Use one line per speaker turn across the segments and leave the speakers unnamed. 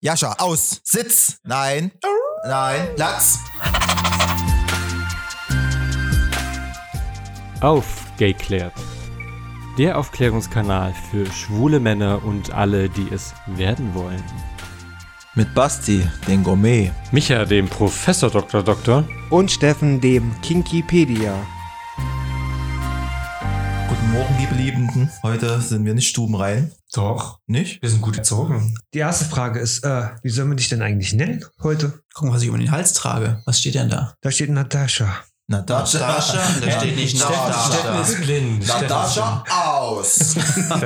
Jascha, aus. Sitz. Nein. Nein. Platz.
Aufgeklärt. Der Aufklärungskanal für schwule Männer und alle, die es werden wollen.
Mit Basti, den Gourmet.
Micha, dem Professor Dr. Doktor.
Und Steffen, dem Kinkipedia.
Guten Morgen, liebe Liebenden. Heute sind wir nicht stubenrein.
Doch,
Nicht?
wir sind gut erzogen.
Die erste Frage ist, äh, wie sollen wir dich denn eigentlich nennen heute?
Gucken, was ich um den Hals trage. Was steht denn da?
Da steht Natascha.
Natascha.
Da steht nicht
Steffen
Natascha.
ist
blind.
Natascha aus.
Da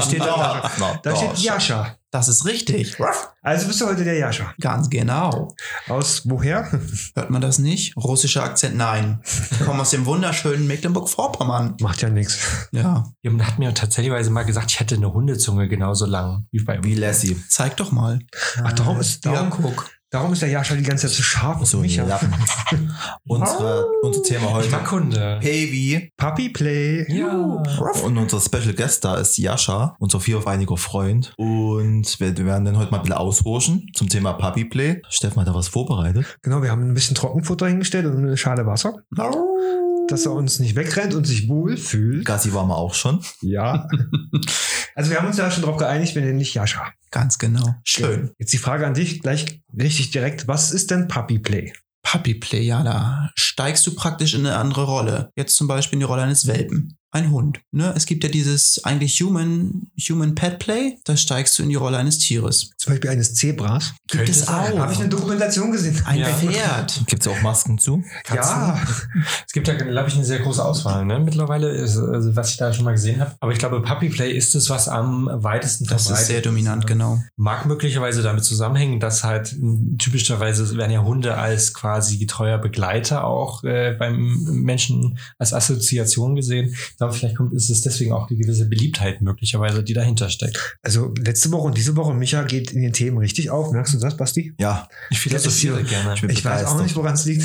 steht, da
Da
steht Jascha.
Das ist richtig.
Also bist du heute der Jascha.
Ganz genau.
Aus woher?
Hört man das nicht? Russischer Akzent? Nein. Wir kommen aus dem wunderschönen Mecklenburg-Vorpommern.
Macht ja nichts.
Ja,
Jemand hat mir tatsächlich mal gesagt, ich hätte eine Hundezunge genauso lang wie bei
Wie Lassie.
zeig doch mal.
Ach, darum ist,
Ja,
darum,
guck.
darum ist der Jascha die ganze Zeit so scharf auf
So,
mich.
ja. Unsere, unser Thema
Ich war
heute.
Kunde.
Heavy.
Puppy Play.
Ja.
Und unser Special Guest da ist Jascha, unser vierfeiniger Freund. Und wir werden dann heute mal ein bisschen aushorchen zum Thema Puppy Play. Steffen hat da was vorbereitet.
Genau, wir haben ein bisschen Trockenfutter hingestellt und eine Schale Wasser, dass er uns nicht wegrennt und sich wohlfühlt.
Gassi waren wir auch schon.
Ja. Also wir haben uns ja schon darauf geeinigt, wir nennen dich Jascha.
Ganz genau. Schön.
Jetzt die Frage an dich gleich richtig direkt. Was ist denn Puppy Play?
Puppy Play, ja, da steigst du praktisch in eine andere Rolle. Jetzt zum Beispiel in die Rolle eines Welpen. Ein Hund. Ne? Es gibt ja dieses eigentlich Human, Human Pet Play. Da steigst du in die Rolle eines Tieres.
Zum Beispiel eines Zebras.
Gibt es auch.
Habe ich eine Dokumentation gesehen.
ein
Ja.
Pferd.
Gibt es auch Masken zu?
Ja,
Es gibt ja, glaube ich, eine sehr große Auswahl, ne? Mittlerweile, ist, also, was ich da schon mal gesehen habe. Aber ich glaube, Puppy Play ist es, was am weitesten
Das ist sehr dominant,
ne?
genau.
Mag möglicherweise damit zusammenhängen, dass halt m, typischerweise werden ja Hunde als quasi getreuer Begleiter auch äh, beim Menschen als Assoziation gesehen. Ich glaube, vielleicht kommt, ist es deswegen auch die gewisse Beliebtheit möglicherweise, die dahinter steckt.
also letzte Woche und diese Woche, Micha geht in den Themen richtig auf. Merkst du das, Basti?
Ja.
Ich philosophiere gerne.
Ich bin
Ich weiß auch
begeistert.
nicht, woran es liegt.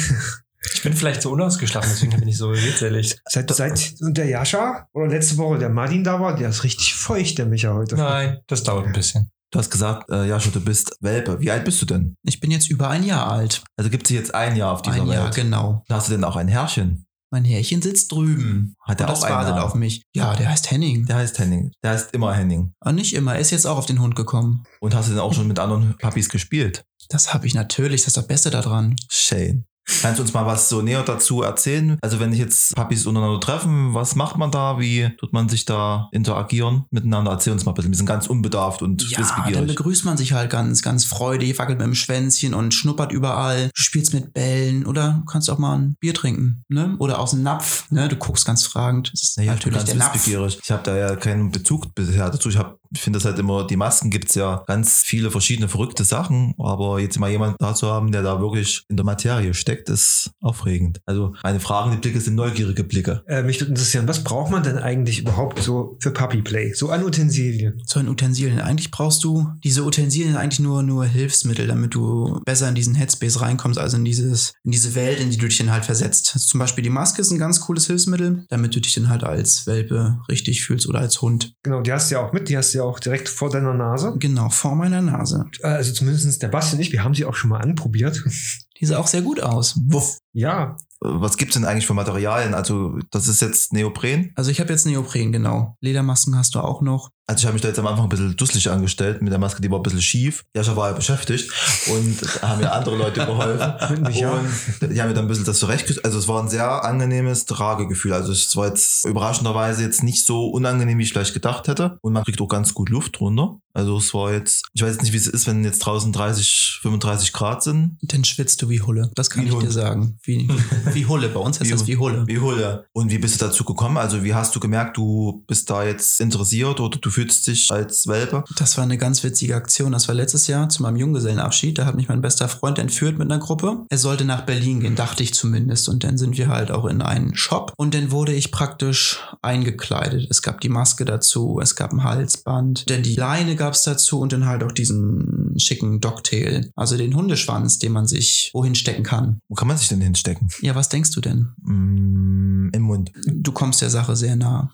Ich bin vielleicht so unausgeschlafen, deswegen bin ich so redselig.
Seit, seit und der Jascha oder letzte Woche der Martin da war, der ist richtig feucht, der Micha heute.
Nein, das dauert ein bisschen.
Du hast gesagt, äh, Jascha, du bist Welpe. Wie alt bist du denn?
Ich bin jetzt über ein Jahr alt.
Also gibt es jetzt ein Jahr auf dieser
Ein Jahr,
Welt.
genau.
Hast du denn auch ein Herrchen?
Mein Härchen sitzt drüben.
Hat
Der
er
das
auch einen
wartet
Namen?
auf mich. Ja, der heißt Henning.
Der heißt Henning. Der heißt immer Henning.
Aber nicht immer. Er ist jetzt auch auf den Hund gekommen.
Und hast du denn auch schon mit anderen Puppies gespielt?
Das habe ich natürlich. Das ist das Beste daran.
Shane. Kannst du uns mal was so näher dazu erzählen? Also wenn ich jetzt Puppies untereinander treffen, was macht man da? Wie tut man sich da interagieren miteinander? Erzähl uns mal bitte. Wir sind ganz unbedarft und
Ja, dann
wissbegierig.
begrüßt man sich halt ganz, ganz freudig, wackelt mit dem Schwänzchen und schnuppert überall. Du spielst mit Bällen oder kannst auch mal ein Bier trinken, ne? Oder aus dem Napf, ne? Du guckst ganz fragend. Das ist
Naja, ich bin
natürlich
ganz
der Napf.
wissbegierig. Ich habe da ja keinen Bezug bisher dazu. Ich, hab- ich finde das halt immer, die Masken gibt es ja ganz viele verschiedene verrückte Sachen. Aber jetzt mal jemanden da zu haben, der da wirklich in der Materie steckt, ist aufregend. Also meine fragenden Blicke sind neugierige Blicke.
Äh, mich würde interessieren, was braucht man denn eigentlich überhaupt so für Puppy Play? So an Utensilien.
So ein Utensilien. Eigentlich brauchst du diese Utensilien sind eigentlich nur, nur Hilfsmittel, damit du besser in diesen Headspace reinkommst, also in dieses, in diese Welt, in die du dich dann halt versetzt. Zum Beispiel die Maske ist ein ganz cooles Hilfsmittel, damit du dich dann halt als Welpe richtig fühlst oder als Hund.
Genau, die hast du ja auch mit, die hast du ja auch direkt vor deiner Nase.
Genau, vor meiner Nase.
Äh, Also zumindest der Basti und ich, wir haben sie auch schon mal anprobiert.
Die sah auch sehr gut aus.
Wuff.
ja,
Äh, Was gibt's denn eigentlich für Materialien? Also das ist jetzt Neopren.
Also ich habe jetzt Neopren, genau. Ledermasken hast du auch noch.
Also ich habe mich da jetzt am Anfang ein bisschen dusselig angestellt mit der Maske, die war ein bisschen schief. Jascha war ja beschäftigt und da haben mir andere Leute geholfen.
also, mit Micha.
Und die haben mir dann ein bisschen das zurechtgestellt. Also es war ein sehr angenehmes Tragegefühl. Also es war jetzt überraschenderweise jetzt nicht so unangenehm, wie ich vielleicht gedacht hätte. Und man kriegt auch ganz gut Luft runter. Also es war jetzt, ich weiß jetzt nicht, wie es ist, wenn jetzt draußen 30, 35 Grad sind.
Dann schwitzt du wie Hulle. Das kann
Wie
ich
Hund.
dir sagen. Wie, wie Hulle. Bei uns heißt
Wie
das wie Hulle.
Wie Hulle. Und wie bist du dazu gekommen? Also wie hast du gemerkt, du bist da jetzt interessiert oder du fühlst dich als Welpe?
Das war eine ganz witzige Aktion. Das war letztes Jahr zu meinem Junggesellenabschied. Da hat mich mein bester Freund entführt mit einer Gruppe. Er sollte nach Berlin gehen, dachte ich zumindest. Und dann sind wir halt auch in einen Shop. Und dann wurde ich praktisch eingekleidet. Es gab die Maske dazu, es gab ein Halsband, denn die Leine gab es dazu und dann halt auch diesen schicken Docktail. Also den Hundeschwanz, den man sich wohin stecken kann.
Wo kann man sich denn hinstecken?
Ja, Ja, was denkst du denn?
Mm, Im Mund.
Du kommst der Sache sehr nah.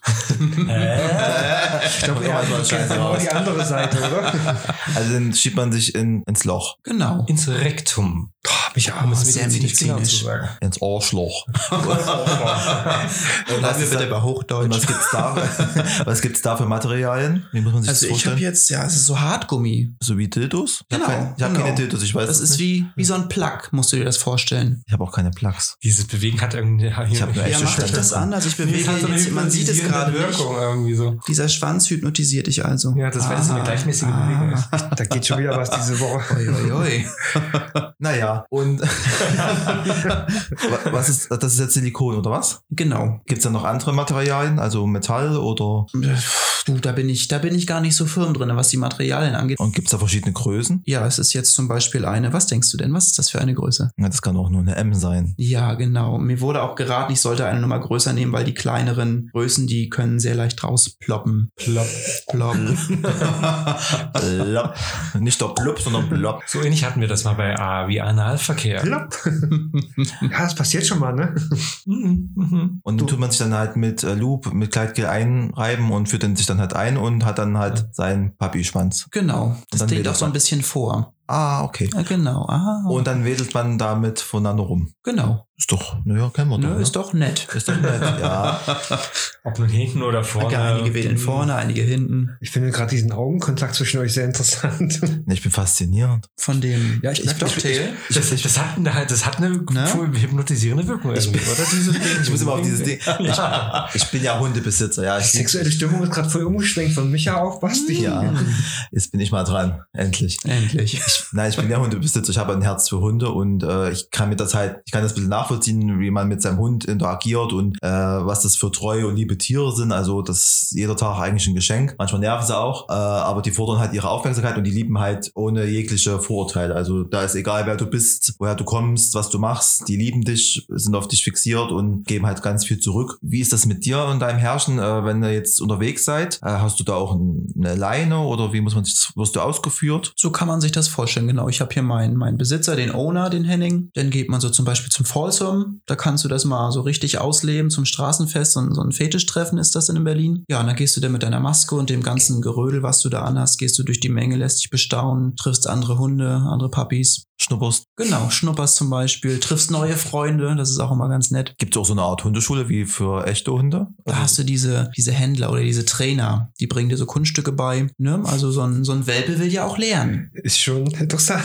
Äh? Ich
Oh,
glaube,
Ja,
ja,
so
das
scheiße
ist genau
aus.
die andere Seite, oder?
Also dann schiebt man sich in, ins Loch,
Genau.
Ins Rektum.
Boah, mich
Oh,
auch.
sehr
genau
medizinisch.
sagen.
ins Ohrschloch. Und was,
Bleiben wir
ist
bitte
da,
bei
und
Hochdeutsch.
was gibt's da? was gibt's da für Materialien? Wie muss man sich
Also
das
ich habe
vorstellen?
jetzt, ja, es ist so Hartgummi.
so wie Dildos? Ich
Genau,
habe kein, ich hab
genau.
keine Dildos, ich weiß
Das
es
ist
nicht.
wie, wie so ein Plug, musst du dir das vorstellen.
ich habe auch keine Plugs.
Dieses Bewegen hat irgendwie.
Ich habe eine
Ja,
echte
macht euch
Stange.
das an. Also ich bewege
Nee, es hat so eine
jetzt, man sieht es gerade
hypnotisierende
nicht.
Wirkung irgendwie so.
Dieser Schwanz hypnotisiert dich also. Ah.
Ja, das war jetzt so eine gleichmäßige Bewegung ist.
Da geht schon wieder was diese Woche.
Uiuiui.
Naja, und Wa- was ist, das ist jetzt Silikon, oder was?
Genau.
Gibt's da noch andere Materialien, also Metall oder
Du, da bin ich, da bin ich gar nicht so firm drin, was die Materialien angeht.
und gibt's da verschiedene Größen?
Ja, es ist jetzt zum Beispiel eine, was denkst du denn? Was ist das für eine Größe?
Na, das kann auch nur eine M sein.
Ja, genau. Mir wurde auch geraten, ich sollte eine Nummer größer nehmen, weil die kleineren Größen, die können sehr leicht rausploppen. Plopp. Plopp.
Blop. Nicht der Blub, sondern Blop.
So ähnlich hatten wir das mal bei A wie Analverkehr.
Plopp. Ja, das passiert schon mal, ne?
Mhm, mhm.
Und den tut man sich dann halt mit äh, Loop, mit Kleidgel einreiben und führt dann sich dann halt ein und hat dann halt seinen Papi-Schwanz.
genau. Das
dann
klingt
wieder
auch so ein
was.
bisschen vor.
Ah, okay.
Ja, genau. Ah,
Und dann wedelt man damit voneinander rum.
genau.
Ist doch, naja, kennen wir doch.
Nö,
ne?
ist doch nett.
Ist doch nett, ja.
Ob nun hinten oder vorne. Mhm.
Einige wählen vorne, einige hinten.
Ich finde gerade diesen Augenkontakt zwischen euch sehr interessant.
Nee, Ich bin fasziniert.
Von dem
Ja, ich merk das.
Cocktail.
Das, das, hat, eine- das hat eine
Ne?
voll hypnotisierende Wirkung irgendwie, oder? Dieses Ding.
Ich muss immer auf dieses Ding.
Ja.
Ich bin ja Hundebesitzer, ja. Ich,
Sexuelle Stimmung ist gerade voll umgeschwenkt von Micha auf Basti.
ja.
Ah.
Jetzt bin ich mal dran. Endlich.
Endlich.
Nein, ich bin ja Hundebesitzer, ich habe ein Herz für Hunde und äh, ich kann mir das halt, ich kann das ein bisschen nachvollziehen, wie man mit seinem Hund interagiert und äh, was das für treue und liebe Tiere sind. Also das ist jeder Tag eigentlich ein Geschenk. Manchmal nerven sie auch, äh, aber die fordern halt ihre Aufmerksamkeit und die lieben halt ohne jegliche Vorurteile. Also da ist egal, wer du bist, woher du kommst, was du machst, die lieben dich, sind auf dich fixiert und geben halt ganz viel zurück. Wie ist das mit dir und deinem Herrchen, äh, wenn ihr jetzt unterwegs seid? Äh, hast du da auch ein, eine Leine oder wie muss man sich das, wirst du ausgeführt?
So kann man sich das vorstellen, genau. Ich habe hier meinen, meinen Besitzer, den Owner, den Henning. Dann geht man so zum Beispiel zum Folsom. Da kannst du das mal so richtig ausleben zum Straßenfest. So ein, so ein Fetischtreffen ist das in Berlin. Ja, und dann gehst du dann mit deiner Maske und dem ganzen Gerödel, was du da anhast, gehst du durch die Menge, lässt dich bestaunen, triffst andere Hunde, andere Puppies.
Schnupperst
Genau, schnupperst zum Beispiel, triffst neue Freunde. Das ist auch immer ganz nett.
Gibt es auch so eine Art Hundeschule wie für echte Hunde? Also
Da hast du diese, diese Händler oder diese Trainer, die bringen dir so Kunststücke bei. Ne? Also so ein, so ein Welpe will ja auch lernen.
Ist schon interessant.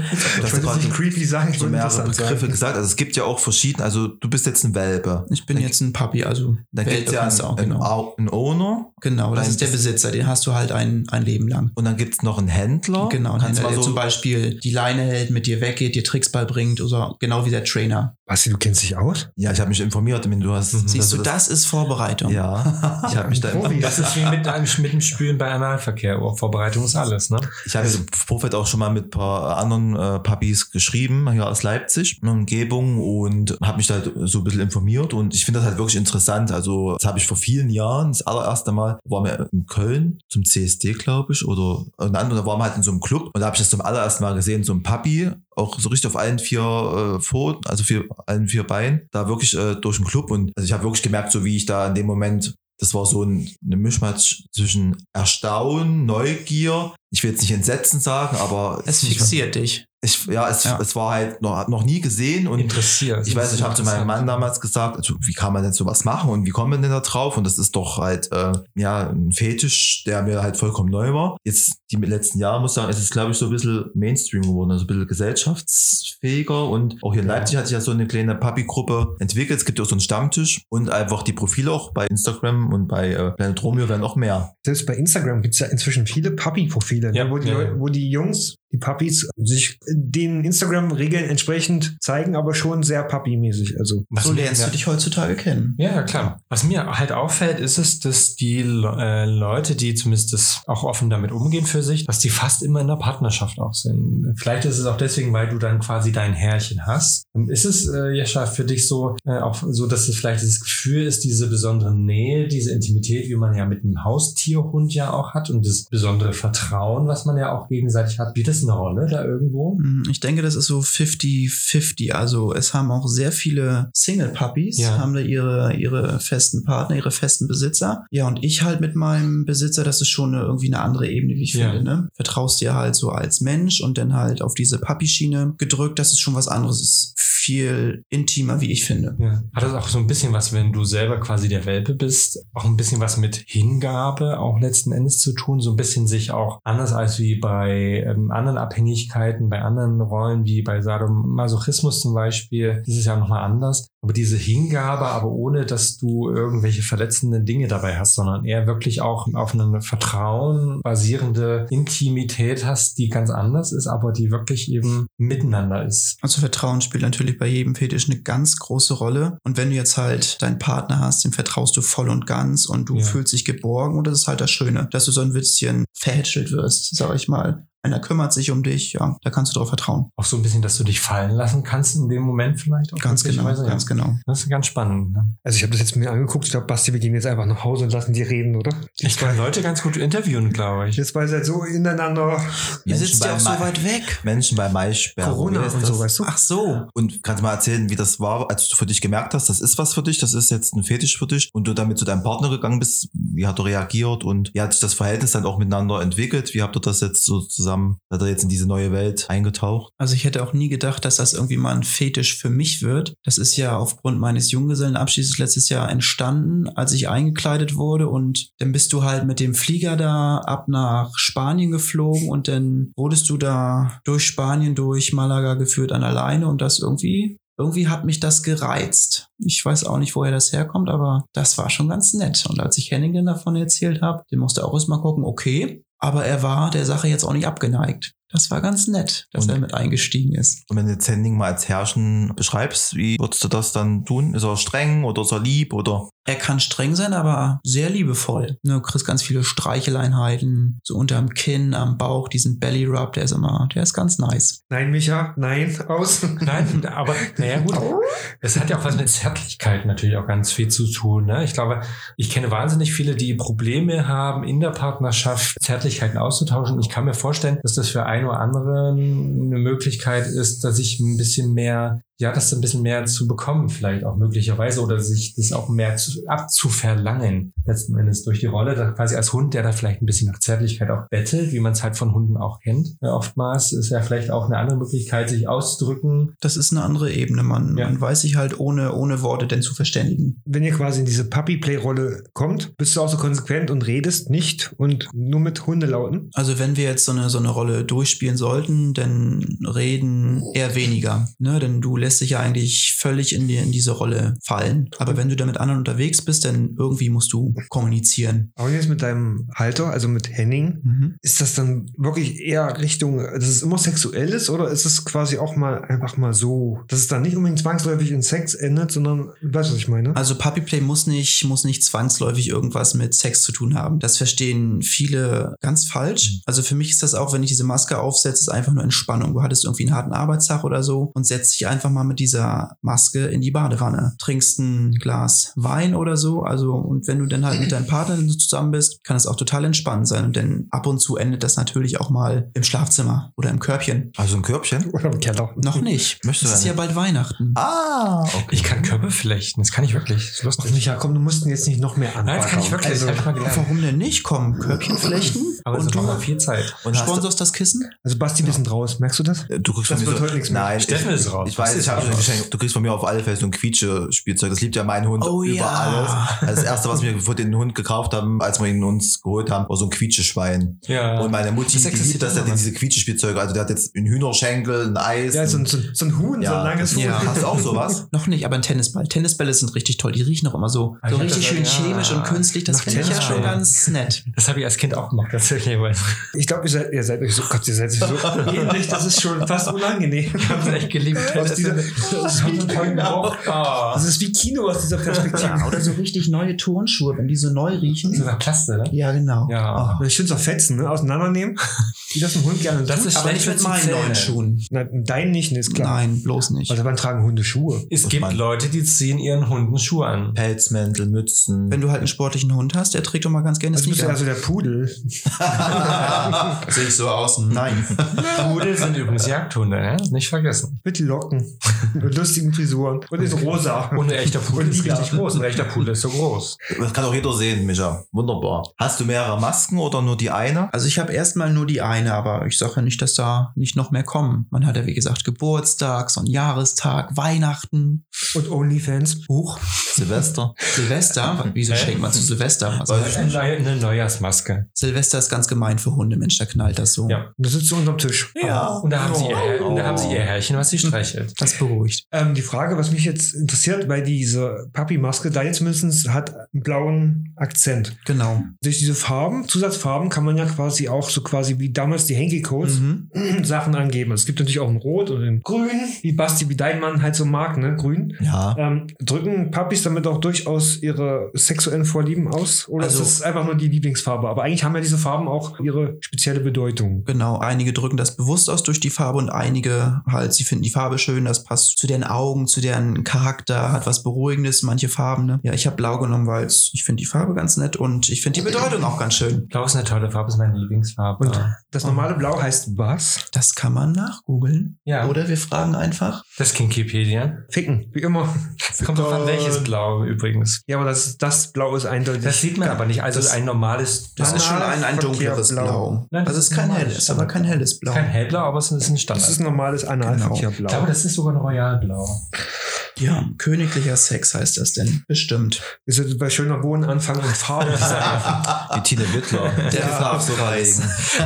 ich wollte
gerade
jetzt nicht creepy sagen, ich
so
wollte
mehrere
interessant
Begriffe
sagen.
gesagt. Also es gibt ja auch verschiedene, also du bist jetzt ein Welpe.
Ich bin
Dann-
jetzt ein Papi, also
Dann gibt
Welpe
es ja
kannst du
einen,
auch,
einen,
genau.
Au- einen Owner
Genau, das
Dein
ist der
Bes-
Besitzer, den hast du halt ein, ein Leben lang.
und dann gibt es noch einen Händler.
Genau, und
Kannst
Händler,
mal
der
so,
zum Beispiel die Leine hält, mit dir weggeht, dir Tricks beibringt oder genau wie der Trainer.
Basti, du kennst dich aus?
ja, ich habe mich informiert, ich meine, du hast.
Siehst du,
das?
das ist Vorbereitung.
Ja, ich habe mich da
Profis.
Das ist wie mit, einem, mit dem Spülen bei Analverkehr. Oh, Vorbereitung ist alles, ne?
Ich habe im Vorfeld auch schon mal mit ein paar anderen äh, Puppies geschrieben, hier aus Leipzig, in der Umgebung und habe mich da halt so ein bisschen informiert und ich finde das halt wirklich interessant. Also das habe ich vor vielen Jahren, das allererste Mal, waren wir in Köln zum CSD, glaube ich, oder und dann da waren wir halt in so einem Club und da habe ich das zum allerersten Mal gesehen, so ein Puppy, auch so richtig auf allen vier äh, Pfoten, also vier, allen vier Beinen, da wirklich äh, durch den Club und also ich habe wirklich gemerkt, so wie ich da in dem Moment das war so ein, eine Mischmatsch zwischen Erstaunen, Neugier. Ich will jetzt nicht Entsetzen sagen, aber
Es fixiert dich.
ich, ja, es,
Ja.
es war halt noch, hab noch nie gesehen und
Interessiert.
ich weiß, ich habe zu meinem Mann damals gesagt, also, wie kann man denn sowas machen und wie kommt man denn da drauf? Und das ist doch halt äh, ja ein Fetisch, der mir halt vollkommen neu war. Jetzt die letzten Jahre muss ich sagen, es ist glaube ich so ein bisschen Mainstream geworden, also ein bisschen gesellschaftsfähiger und auch hier in Leipzig hat sich ja so eine kleine Papi-Gruppe entwickelt. Es gibt ja auch so einen Stammtisch und einfach die Profile auch bei Instagram und bei äh, Planet Romeo werden auch mehr.
Selbst bei Instagram gibt es ja inzwischen viele Puppy-Profile,
Ja,
ne, wo, die
ja,
Leu-
ja.
wo die Jungs, die Puppies, sich den Instagram-Regeln entsprechend zeigen, aber schon sehr Puppy-mäßig. Also
Was
so
mir-
lernst
ja.
du dich heutzutage kennen.
Ja, ja, klar. Was mir halt auffällt, ist es, dass die Le- äh, Leute, die zumindest das auch offen damit umgehen,
für sich, dass die fast immer in der Partnerschaft auch sind. Vielleicht ist es auch deswegen, weil du dann quasi dein Herrchen hast. Ist es, äh, Jascha, für dich so, äh, auch so, dass es vielleicht dieses Gefühl ist, diese besondere Nähe, diese Intimität, wie man ja mit einem Haustierhund ja auch hat und das besondere Vertrauen, was man ja auch gegenseitig hat, spielt das eine Rolle da irgendwo?
Mm, Ich denke, das ist so 50-50. Also es haben auch sehr viele Single-Puppies,
Ja.
haben da ihre, ihre festen Partner, ihre festen Besitzer. Ja, und ich halt mit meinem Besitzer, das ist schon eine, irgendwie eine andere Ebene, wie ich
Ja.
finde. Ne? Vertraust dir halt so als Mensch und dann halt auf diese Puppy-Schiene gedrückt, das ist schon was anderes. Ist viel intimer, wie ich finde.
Ja. Hat das auch so ein bisschen was, wenn du selber quasi der Welpe bist, auch ein bisschen was mit Hingabe auch letzten Endes zu tun, so ein bisschen sich auch anders als wie bei ähm, anderen Abhängigkeiten, bei anderen Rollen, wie bei Sadomasochismus zum Beispiel, das ist ja nochmal anders. Aber diese Hingabe, aber ohne, dass du irgendwelche verletzenden Dinge dabei hast, sondern eher wirklich auch auf eine Vertrauen basierende Intimität hast, die ganz anders ist, aber die wirklich eben miteinander ist.
Also Vertrauen spielt natürlich bei jedem Fetisch eine ganz große Rolle. Und wenn du jetzt halt deinen Partner hast, dem vertraust du voll und ganz und du
Ja.
fühlst dich geborgen und das ist halt das Schöne, dass du so ein bisschen verhätschelt wirst, sag ich mal. Einer kümmert sich um dich, ja, da kannst du drauf vertrauen.
auch so ein bisschen, dass du dich fallen lassen kannst in dem Moment vielleicht. Auch
Ganz genau,
möglicherweise, ja.
ganz genau.
Das ist ganz spannend. Ne?
Also ich habe das jetzt mir angeguckt. Ich glaube, Basti, wir gehen jetzt einfach nach Hause und lassen die reden, oder? Die
Ich kann Leute ganz gut interviewen, glaube ich.
Ihr zwei seid halt so ineinander.
Ihr
Menschen
sitzt
bei
ja auch so
Mai-
weit weg.
Menschen bei Maisperren.
Corona und so, weißt du?
Ach so.
Und kannst mal erzählen, wie das war, als du für dich gemerkt hast, das ist was für dich, das ist jetzt ein Fetisch für dich und du damit zu deinem Partner gegangen bist, wie hat er reagiert und wie hat sich das Verhältnis dann auch miteinander entwickelt? Wie habt ihr das jetzt so zusammen, seid ihr jetzt in diese neue Welt eingetaucht?
Also ich hätte auch nie gedacht, dass das irgendwie mal ein Fetisch für mich wird. Das ist ja aufgrund meines Junggesellenabschiedes letztes Jahr entstanden, als ich eingekleidet wurde und dann bist du halt mit dem Flieger da ab nach Spanien geflogen und dann wurdest du da durch Spanien, durch Malaga geführt an alleine und das irgendwie, irgendwie hat mich das gereizt. Ich weiß auch nicht, woher das herkommt, aber das war schon ganz nett. Und als ich Henningen davon erzählt habe, den musste auch erstmal gucken, okay. Aber er war der Sache jetzt auch nicht abgeneigt. Das war ganz nett, dass
Und-
er mit eingestiegen ist.
Und wenn du jetzt Henning mal als Herrschen beschreibst, wie würdest du das dann tun? Ist er streng oder ist er lieb oder?
Er kann streng sein, aber sehr liebevoll. Ne, Du kriegst ganz viele Streicheleinheiten, so unterm Kinn, am Bauch, diesen Belly Rub, der ist immer, der ist ganz nice.
Nein, Micha, nein, aus.
Nein, aber naja gut, es hat ja auch was mit Zärtlichkeit natürlich auch ganz viel zu tun. Ne? Ich glaube, ich kenne wahnsinnig viele, die Probleme haben, in der Partnerschaft Zärtlichkeiten auszutauschen. Ich kann mir vorstellen, dass das für einen oder anderen eine Möglichkeit ist, dass ich ein bisschen mehr, ja, das ein bisschen mehr zu bekommen vielleicht auch möglicherweise oder sich das auch mehr zu, abzuverlangen letzten Endes durch die Rolle, da quasi als Hund, der da vielleicht ein bisschen nach Zärtlichkeit auch bettelt, wie man es halt von Hunden auch kennt. Ja, oftmals ist ja vielleicht auch eine andere Möglichkeit, sich auszudrücken,
Das ist eine andere Ebene. Man,
Ja.
man weiß sich halt ohne, ohne Worte denn zu verständigen.
Wenn ihr quasi in diese Puppy-Play-Rolle kommt, bist du auch so konsequent und redest nicht und nur mit Hundelauten.
Also wenn wir jetzt so eine, so eine Rolle durchspielen sollten, dann reden eher weniger. Ne? Denn du lässt dich ja eigentlich völlig in, die, in diese Rolle fallen. Aber wenn du da mit anderen unterwegs bist, dann irgendwie musst du kommunizieren.
Aber jetzt mit deinem Halter, also mit Henning, ist das dann wirklich eher Richtung, dass es immer sexuell ist oder ist es quasi auch mal einfach mal so, dass es dann nicht unbedingt zwangsläufig in Sex endet, sondern, du weißt du, was ich meine?
Also Puppy Play muss nicht, muss nicht zwangsläufig irgendwas mit Sex zu tun haben. Das verstehen viele ganz falsch. Also für mich ist das auch, wenn ich diese Maske aufsetze, ist einfach nur Entspannung. Du hattest irgendwie einen harten Arbeitstag oder so und setzt dich einfach mal mit dieser Maske in die Badewanne. Trinkst ein Glas Wein oder so. Also, und wenn du dann halt mit deinem Partner zusammen bist, kann das auch total entspannend sein. Und dann ab und zu endet das natürlich auch mal im Schlafzimmer oder im Körbchen.
Also ein Körbchen?
Oder im Keller.
Hm.
Noch nicht.
Möchtest du
es ist
deine-
ja bald Weihnachten.
Ah, okay.
Ich kann Körper flechten, das kann ich wirklich. Das ist
Ach,
lustig.
Micha, komm, du musst ihn jetzt nicht noch mehr Also, an.
Nein, das kann ich wirklich, das hab ich mal gelernt.
Warum denn nicht? Komm, Körbchen flechten.
Aber es
und
ist
du
auch mal viel Zeit.
Und hast du,
sponsorst das Kissen?
Also Basti, wir sind raus, merkst du das?
Äh, du kriegst
Das
von mir
wird
so,
heute nichts mehr.
Nein, ich,
Steffen ist raus.
Ich weiß, ich habe schon ein Geschenk. Du kriegst von mir auf alle Fälle so ein Quietsche-Spielzeug. Das liebt ja mein Hund
Oh
über
ja.
alles. Also das erste, was wir für den Hund gekauft haben, als wir ihn uns geholt haben, war so ein Quietscheschwein.
Ja.
Und meine Mutti,
Das
die
existiert
liebt das, der
immer
hat diese Quietschespielzeuge. Also der hat jetzt einen Hühnerschenkel, ein Eis.
Ja, so ein,
ein,
so ein, so ein Huhn, so ein
ja,
langes Huhn.
Ja.
Hast du auch sowas?
Noch nicht, aber ein Tennisball. Tennisbälle sind richtig toll. Die riechen auch immer so,
Ah, ich
so
hab
richtig
das-
schön
ja.
chemisch und künstlich. Das
Nach
finde ich ja
Tennisball.
schon ganz nett.
Das habe ich als Kind auch gemacht, tatsächlich. weil-
Ich glaube, ihr seid, ihr seid euch so, Gott, ihr seid euch so ähnlich, das ist schon fast unangenehm.
Ich habe es echt geliebt.
Aus dieser,
Das ist wie,
Genau.
das ist wie Kino aus dieser Perspektive.
Ja, oder so richtig neue Turnschuhe, wenn die so neu
So
riechen.
nach Plaste, ne?
Ja, genau.
Ja.
Ich finde es auch fetzen, ne? Auseinandernehmen. Wie das ein Hund gerne
Das
tut.
ist
Aber
schlecht
nicht mit
für die
meinen neuen
Zähne.
Schuhen.
Na, dein nicht, ne, ist klar.
Nein, bloß nicht.
Also wann tragen Hunde Schuhe?
Es
Was
gibt
mein-
Leute, die ziehen ihren Hunden Schuhe an.
Pelzmäntel, Mützen.
Wenn du halt einen sportlichen Hund hast, der trägt doch mal ganz gerne
Also du bist ja
Sneaker.
also der Pudel.
Sehe ich so aus?
Hm.
Nein.
Pudel sind übrigens Jagdhunde, ne? Nicht vergessen.
Mit Locken. Mit lustigen Frisuren. Und ist rosa.
Und ein echter Pudel
Und
ist
lila.
richtig groß. Ein echter Pudel ist so groß.
Das kann auch jeder sehen, Micha. Wunderbar. Hast du mehrere Masken oder nur die eine?
Also ich habe erstmal nur die eine, aber ich sage ja nicht, dass da nicht noch mehr kommen. Man hat ja, wie gesagt, Geburtstag, so einen Jahrestag, Weihnachten,
Und Onlyfans. Huch.
Silvester.
Silvester. Wieso
Hä?
schenkt man zu Silvester? was?
Weiß ich
Eine, Neu- eine Neujahrsmaske.
Silvester ist ganz gemein für Hunde, Mensch, da knallt das so.
Ja.
Und das sitzt zu unserem Tisch.
Und da haben, sie ihr, Herr- und da haben sie
Oh.
ihr Herrchen, was sie streichelt.
Das beruhigt.
Ähm, die Frage, was mich jetzt interessiert, weil diese Papi-Maske da jetzt mindestens hat einen blauen Akzent.
Genau.
Durch diese Farben, Zusatzfarben, kann man ja quasi auch so quasi wie damals die Hanky-Codes
Mhm.
Sachen angeben. Es gibt natürlich auch ein Rot und ein Grün, wie Basti, wie dein Mann halt so mag, ne? Grün.
Ja.
Ähm, drücken Papis damit auch durchaus ihre sexuellen Vorlieben aus? Oder
Also-
ist das einfach nur die Lieblingsfarbe? Aber eigentlich haben ja diese Farben auch ihre spezielle Bedeutung.
Genau, einige drücken das bewusst aus durch die Farbe und einige halt, sie finden die Farbe schön, das passt zu deren Augen, zu deren Charakter, hat was Beruhigendes, manche Farben. Ne? Ja, ich habe blau genommen, weil es- ich finde die Farbe ganz nett und ich finde die Bedeutung auch ganz schön.
Blau ist eine tolle Farbe, ist meine Lieblingsfarbe.
Und das normale Blau heißt was?
Das kann man nachgoogeln.
ja,
Oder wir fragen einfach.
das Kinkipedia.
Ficken, wie immer.
Kommt drauf an, welches Blau übrigens.
Ja, aber das, das Blau ist eindeutig.
Das sieht man aber nicht. Also
Das-
ein normales
Das ist schon ein, ein
Analverkehr
dunkleres
blau.
Blau.
Nein, das
also es
ist
ist kein
normal.
helles, aber kein helles Blau.
Kein hellblau, aber es ist ein Standard.
Das ist ein normales Analverkehrblau.
Genau. ich glaube, das ist sogar ein Royalblau.
Ja, königlicher Sex heißt das denn. Bestimmt.
Ist jetzt bei schöner Bohnen anfangen und Farbe sein.
Die Tine Wittler. Der halt Schlafkreis.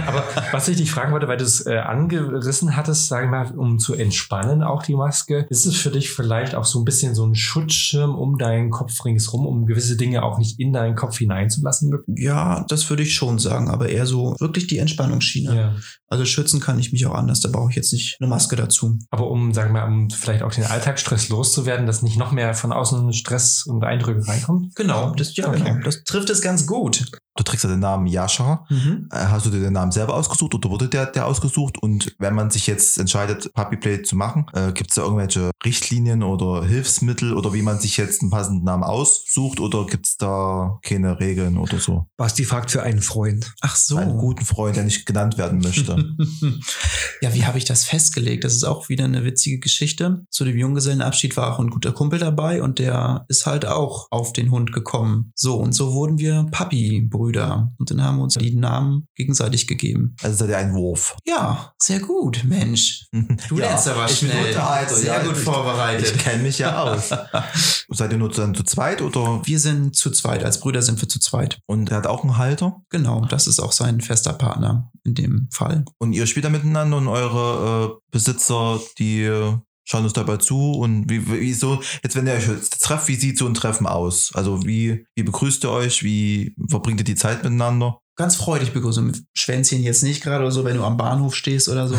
Aber was ich dich fragen wollte, weil du es äh, angerissen hattest, sagen wir mal, um zu entspannen auch die Maske, ist es für dich vielleicht auch so ein bisschen so ein Schutzschirm um deinen Kopf ringsrum, um gewisse Dinge auch nicht in deinen Kopf hineinzulassen?
Ja, das würde ich schon sagen, aber eher so wirklich die Entspannungsschiene. Also schützen kann ich mich auch anders, da brauche ich jetzt nicht eine Maske dazu.
Aber um, sagen wir mal, um vielleicht auch den Alltagsstress loszuwerden, dass nicht noch mehr von außen Stress und Eindrücke reinkommt?
Genau, das, ja,
Okay.
genau. das trifft es ganz gut.
Du trägst ja den Namen Jascha. Äh, Hast du dir den Namen selber ausgesucht oder wurde der, der ausgesucht? Und wenn man sich jetzt entscheidet, Puppy Play zu machen, äh, gibt es da irgendwelche Richtlinien oder Hilfsmittel oder wie man sich jetzt einen passenden Namen aussucht oder gibt es da keine Regeln oder so?
Basti fragt für einen Freund.
Ach so.
Einen guten Freund, der nicht genannt werden möchte.
ja, wie habe ich das festgelegt? Das ist auch wieder eine witzige Geschichte. Zu dem Junggesellenabschied war auch ein guter Kumpel dabei und der ist halt auch auf den Hund gekommen. So, und so wurden wir Papi-Brüder und dann haben wir uns die Namen gegenseitig gegeben.
Also seid ihr ein Wurf.
Ja, sehr gut, Mensch. Du
ja,
lernst aber
ich
schnell.
Bin Unterhalter,
sehr
ja,
gut
ich,
vorbereitet.
Ich kenne mich ja aus. seid ihr nur dann zu zweit oder?
wir sind zu zweit, als Brüder sind wir zu zweit.
Und er hat auch einen Halter.
Genau, das ist auch sein fester Partner in dem Fall.
Und ihr spielt da miteinander und eure äh, Besitzer, die äh, schauen uns dabei zu. Und wie, wie so, jetzt wenn ihr euch jetzt trefft, wie sieht so ein Treffen aus? Also wie, wie begrüßt ihr euch? Wie verbringt ihr die Zeit miteinander?
Ganz freudig begrüßen. Mit Schwänzchen jetzt nicht gerade oder so, wenn du am Bahnhof stehst oder so.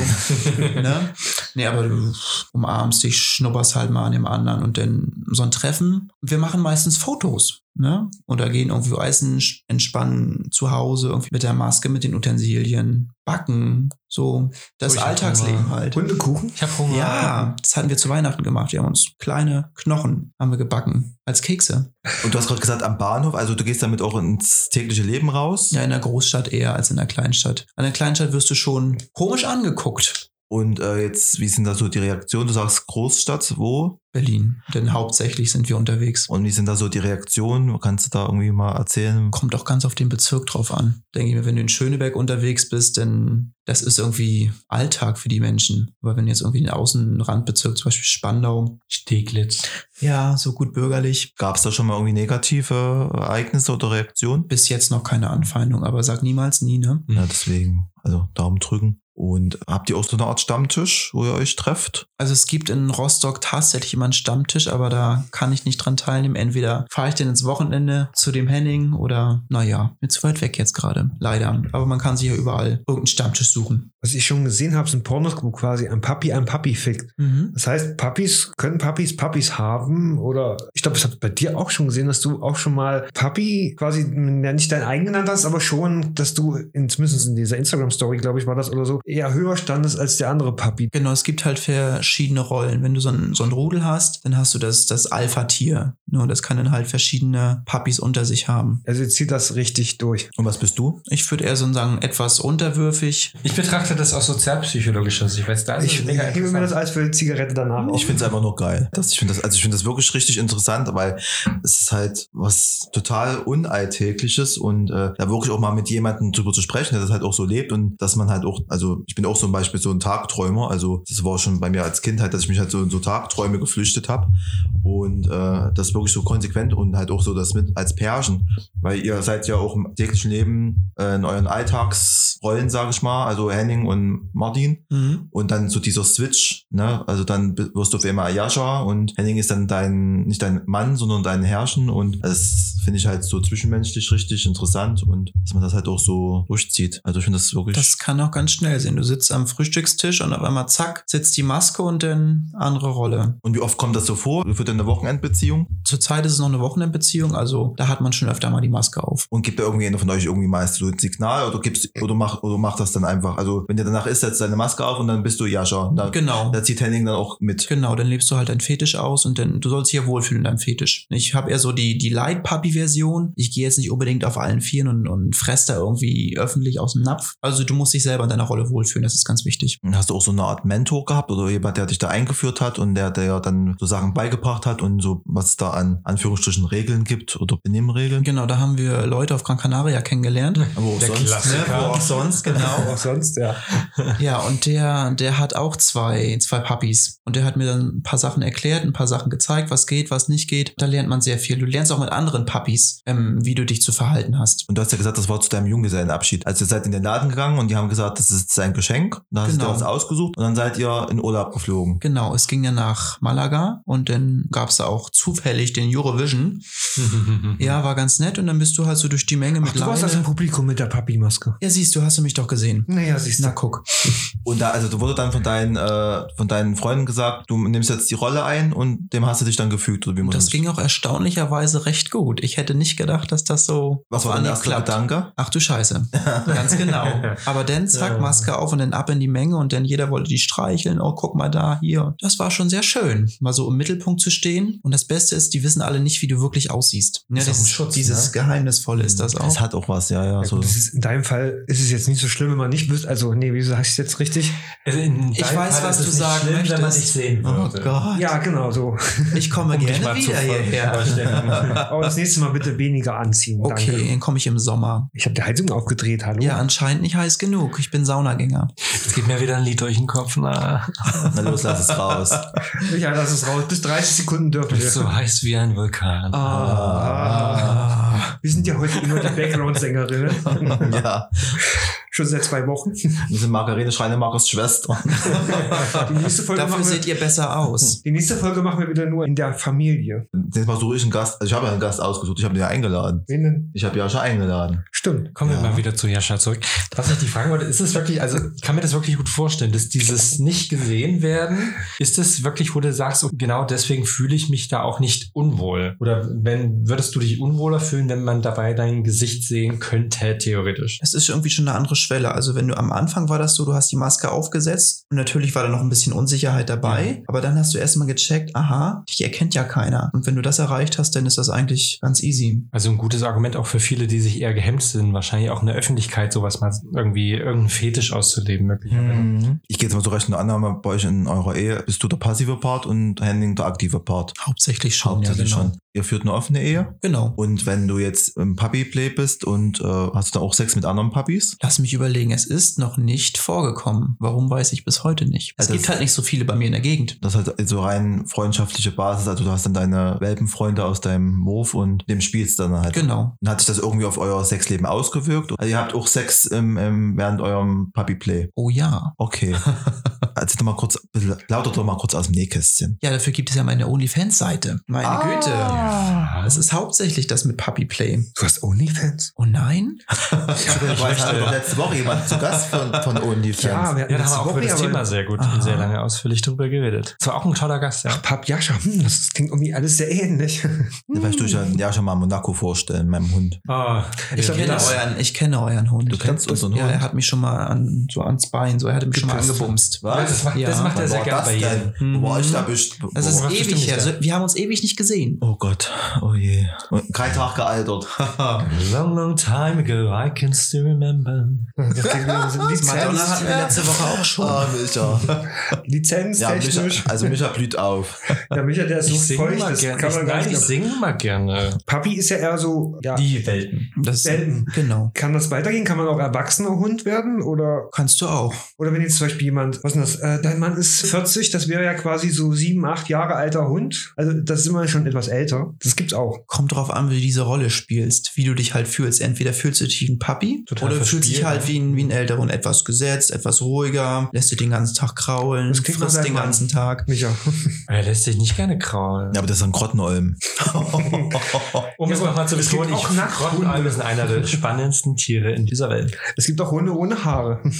ne? Nee, aber du umarmst dich, schnupperst halt mal an dem anderen und dann so ein Treffen. Wir machen meistens Fotos. Ne? Oder gehen irgendwie eisen, sch- entspannen zu Hause, irgendwie mit der Maske, mit den Utensilien, backen, so. Das
Oh, ich hab
Alltagsleben
Hunger.
halt.
Hundekuchen?
Ich habe Hunger.
Ja, das hatten wir zu Weihnachten gemacht. Wir haben uns kleine Knochen haben wir gebacken als Kekse.
Und du hast gerade gesagt, am Bahnhof, also du gehst damit auch ins tägliche Leben raus.
Ja, in der Großstadt eher als in der Kleinstadt. An der Kleinstadt wirst du schon komisch angeguckt.
Und äh, jetzt, wie sind da so die Reaktionen? Du sagst Großstadt, wo?
Berlin, denn hauptsächlich sind wir unterwegs.
Und wie sind da so die Reaktionen? Kannst du da irgendwie mal erzählen?
Kommt auch ganz auf den Bezirk drauf an. Denke ich mir, wenn du in Schöneberg unterwegs bist, dann das ist irgendwie Alltag für die Menschen. Aber wenn du jetzt irgendwie in den Außenrandbezirk, zum Beispiel Spandau,
Steglitz.
ja, so gut bürgerlich,
Gab es da schon mal irgendwie negative Ereignisse oder Reaktionen?
bis jetzt noch keine Anfeindung, aber sag niemals nie, ne?
Ja, deswegen. Also Daumen drücken. Und habt ihr auch so eine Art Stammtisch, wo ihr euch trefft?
Also es gibt in Rostock tatsächlich immer einen Stammtisch, aber da kann ich nicht dran teilnehmen. Entweder fahre ich denn ins Wochenende zu dem Henning oder naja, mir zu weit weg jetzt gerade. Leider. Aber man kann sich ja überall irgendeinen Stammtisch suchen.
Was ich schon gesehen habe, sind Pornos, wo quasi ein Papi ein Papi fickt.
Mhm.
Das heißt, Papis können Papis Papis haben oder ich glaube, ich habe bei dir auch schon gesehen, dass du auch schon mal Papi quasi ja, nicht dein eigen genannt hast, aber schon, dass du in, zumindest in dieser Instagram-Story, glaube ich, war das oder so, eher höher standest als der andere Papi.
Genau, es gibt halt verschiedene Rollen. Wenn du so ein, so ein Rudel hast, dann hast du das, das Alpha-Tier. Ne? Und das kann dann halt verschiedene Puppies unter sich haben.
Also jetzt zieht das richtig durch.
Und was bist du?
Ich würde eher so sagen, etwas unterwürfig.
Ich betrachte das aus sozialpsychologischer Sicht, weil es da ist
Ich
es mega
hebe mir das
interessant.
als für die Zigarette danach auf.
Ich finde es einfach nur geil. Das, ich finde das, also ich finde das wirklich richtig interessant, weil es ist halt was total Unalltägliches und äh, da wirklich auch mal mit jemandem drüber zu sprechen, der das halt auch so lebt und dass man halt auch, also ich bin auch zum Beispiel so ein Tagträumer, also das war schon bei mir als Kind halt, dass ich mich halt so in so Tagträume geflüchtet habe und äh, das wirklich so konsequent und halt auch so das mit als Pärchen, weil ihr seid ja auch im täglichen Leben äh, in euren Alltagsrollen, sage ich mal, also Henning und Martin
Mhm.
und dann so dieser Switch, ne? Also dann b- wirst du auf einmal Yasha und Henning ist dann dein, nicht dein Mann, sondern dein Herrchen. Und das finde ich halt so zwischenmenschlich richtig interessant und dass man das halt auch so durchzieht. Also ich finde das wirklich.
Das kann auch ganz schnell sein. Du sitzt am Frühstückstisch und auf einmal zack, sitzt die Maske und dann andere Rolle.
und wie oft kommt das so vor? Für deine Wochenendbeziehung?
Zurzeit ist es noch eine Wochenendbeziehung, also da hat man schon öfter mal die Maske auf.
Und gibt da irgendwie einer von euch irgendwie mal so ein Signal oder gibt's, oder macht, oder macht das dann einfach? Also wenn der danach ist, setzt deine Maske auf und dann bist du Yasha. Da,
Genau.
da zieht Henning dann auch mit.
Genau, dann lebst du halt deinen Fetisch aus und dann du sollst dich ja wohlfühlen in deinem Fetisch. Ich habe eher so die, die Light-Puppy-Version. Ich gehe jetzt nicht unbedingt auf allen Vieren und, und fress da irgendwie öffentlich aus dem Napf. Also du musst dich selber in deiner Rolle wohlfühlen, das ist ganz wichtig.
Hast du auch so eine Art Mentor gehabt oder jemand, der dich da eingeführt hat und der dir dann so Sachen beigebracht hat und so, was es da an Anführungsstrichen Regeln gibt oder Benimmregeln?
Genau, da haben wir Leute auf Gran Canaria kennengelernt.
Aber auch
Der
ne?
Klassiker.
Wo auch sonst, genau.
auch sonst, ja.
Ja, und der, der hat auch zwei, zwei Puppies. Und der hat mir dann ein paar Sachen erklärt, ein paar Sachen gezeigt, was geht, was nicht geht. Da lernt man sehr viel. Du lernst auch mit anderen Puppies, ähm, wie du dich zu verhalten hast.
Und du hast ja gesagt, das war zu deinem Junggesellenabschied. Also ihr seid in den Laden gegangen und die haben gesagt, das ist sein Geschenk. Und dann hast
Genau.
du dir was ausgesucht und dann seid ihr in Urlaub geflogen.
Genau, es ging ja nach Malaga und dann gab's da auch zufällig den Eurovision. Ja, war ganz nett und dann bist du halt so durch die Menge mit
Ach, du warst also im Publikum mit der Papi-Maske.
Ja, siehst du, hast du mich doch gesehen.
Naja, siehst
Na
du.
guck.
Und da, also da wurde dann von deinen, äh, von deinen Freunden gesagt, du nimmst jetzt die Rolle ein und dem hast du dich dann gefügt. Oder wie muss
Das
man-
ging auch erstaunlicherweise recht gut. Ich hätte nicht gedacht, dass das so
was
auf
war dein
Anhieb
erster Gedanke?
Ach du Scheiße. Ganz genau. Aber dann zack, Maske auf und dann ab in die Menge und dann jeder wollte die streicheln. Oh, guck mal da, hier. Das war schon sehr schön, mal so im Mittelpunkt zu stehen. Und das Beste ist, die wissen alle nicht, wie du wirklich aussiehst. Ja,
Ist auch ein
dieses-
Schutz,
dieses
ne?
Geheimnisvolle ist das auch.
Das hat auch was, ja, ja.
Ja,
so.
gut, das ist, in deinem Fall ist es jetzt nicht so schlimm, wenn man nicht wüsste. Also, nee, wieso heißt es jetzt richtig?
Also in
Ich
deinem
weiß,
Fall
was
ist
du
es nicht
sagen
schlimm, Wenn man
möchtest.
dich sehen
oh
würde. Um
Gott. Um
Ja, genau so.
Ich komme
dich
gerne
mal zu
wieder
ver-
hierher.
vervollständigen.
Aber das nächste Mal bitte weniger anziehen.
Okay,
Danke.
dann komme ich im Sommer.
Ich habe die Heizung aufgedreht, hallo?
Ja, anscheinend nicht heiß genug. Ich bin Saunagänger.
Jetzt geht mir wieder ein Lied durch den Kopf. Na,
Na los, lass es raus.
Ja, das ist raus. Bis 30 Sekunden dürfen
du
wir.
bist so heiß wie ein Vulkan. Ah,
Ah. Wir sind ja heute nur die Background-Sängerin.
ja.
Schon seit zwei Wochen.
Wir sind Margarine Schreine Markus Schwester.
Die nächste Folge,
Dafür
machen
seht
wir,
ihr besser aus.
die nächste Folge machen wir wieder nur in der Familie.
Jetzt mal suche ich einen Gast. Also ich habe ja einen Gast ausgesucht, ich habe den ja eingeladen.
Wen denn?
Ich habe Jascha eingeladen.
Stimmt.
Kommen
Ja.
wir mal wieder zu Jascha zurück. Was ich die Frage wollte, ist es wirklich, also ich kann mir das wirklich gut vorstellen, dass dieses nicht gesehen werden, ist es wirklich, wo du sagst, oh, genau deswegen fühle ich mich da auch nicht unwohl? Oder wenn würdest du dich unwohler fühlen, wenn man dabei dein Gesicht sehen könnte, theoretisch?
Es ist irgendwie schon eine andere Schwelle. Also wenn du am Anfang war das so, du hast die Maske aufgesetzt und natürlich war da noch ein bisschen Unsicherheit dabei, aber dann hast du erstmal gecheckt, aha, dich erkennt ja keiner. Und wenn du das erreicht hast, dann ist das eigentlich ganz easy.
Also ein gutes Argument auch für viele, die sich eher gehemmt sind, wahrscheinlich auch in der Öffentlichkeit sowas mal irgendwie irgendeinen Fetisch auszuleben, möglicherweise.
Hm.
Ich gehe jetzt mal so recht in der Annahme, bei euch in eurer Ehe bist du der passive Part und Henning der aktive Part.
Hauptsächlich schon.
Hauptsächlich
ja, genau.
schon. Ihr führt eine offene Ehe.
Genau.
Und wenn du jetzt im Puppy-Play bist und äh, hast du da auch Sex mit anderen Puppies?
Lass mich ich überlegen. Es ist noch nicht vorgekommen. Warum weiß ich bis heute nicht. Es
Also
gibt
das-
halt nicht so viele bei mir in der Gegend.
Das ist halt so rein freundschaftliche Basis. Also du hast dann deine Welpenfreunde aus deinem Wurf und dem spielst dann halt.
Genau.
Und hat sich das irgendwie auf euer Sexleben ausgewirkt? Also ihr habt auch Sex im, im, während eurem Puppy-Play.
Oh ja.
Okay. Erzähl doch mal kurz, lautet doch mal kurz aus dem Nähkästchen.
Ja, dafür gibt es ja meine OnlyFans-Seite. Meine
Ah.
Güte.
Ja.
Das ist hauptsächlich das mit Puppy Play.
Du hast OnlyFans?
Oh nein?
Ich weiß, hatte
möchte-
doch letzte Woche jemand zu Gast von, von OnlyFans.
Ah, wir hatten
Ja, da haben
letzte
wir auch über
Woche,
das
aber-
Thema sehr gut
Aha.
und sehr lange ausführlich drüber geredet. Es war auch ein toller Gast, ja.
Ach, Papjascha, hm, das klingt irgendwie alles sehr ähnlich.
Hm.
Vielleicht tue ich ja- ja schon mal Monaco vorstellen, meinem Hund.
Oh,
Ich
wir-
kenne,
das-
euren, ich kenne euren Hund.
Du kennst unseren
Ja,
Hund?
er hat mich schon mal an, so ans Bein, so er hat mich schon mal
Gepisst.
angebumst.
Was?
Das macht,
Ja,
das macht
Wann
er sehr
war
gerne
das
bei jedem.
denn? Wo war ich da
Mhm.
best-
Das
wo-
ist
Worauf
ewig
bestimmst
her.
du?
Also, wir haben uns ewig nicht gesehen.
Oh Gott, oh je. Und Drei Tage gealtert.
Long, long time ago, I can still remember.
Das klingt wie so
Madonna hatten wir
Lizenz,
letzte Woche auch schon.
Ah, Micha. Ja, Micha,
lizenztechnisch.
also Micha blüht auf.
Ja, Micha, der ist
Ich
so
singe
feucht,
mal
das
gerne.
kann
Ich,
man gar
nein, ich
nicht. glauben.
singe mal gerne.
Papi ist ja eher so, ja,
Die Welten.
Das
selten.
Genau.
Kann das weitergehen? Kann man auch erwachsener Hund werden? Oder,
Kannst du auch.
oder wenn jetzt zum Beispiel jemand, was ist denn das? Äh, dein Mann ist 40, das wäre ja quasi so sieben, acht Jahre alter Hund. Also das sind wir schon etwas älter. Das gibt's auch.
Kommt drauf an, wie du diese Rolle spielst, wie du dich halt fühlst. Entweder fühlst du dich wie ein Papi
Total
oder fühlst dich
verspielt,
halt
ne?
wie ein, wie ein älterer und etwas gesetzt, etwas ruhiger, lässt du den ganzen Tag kraulen,
Das klingt nach
frisst
deinem
den
Mann.
ganzen Tag.
Micha.
Er lässt sich nicht gerne kraulen.
Ja, aber das ist ein Grottenolm.
Um es
Ja, aber
nochmal zu
es gibt
betonen, ich
auch Nachthunde.
Grottenalben sind einer der spannendsten Tiere in dieser Welt.
Es gibt auch Hunde ohne Haare.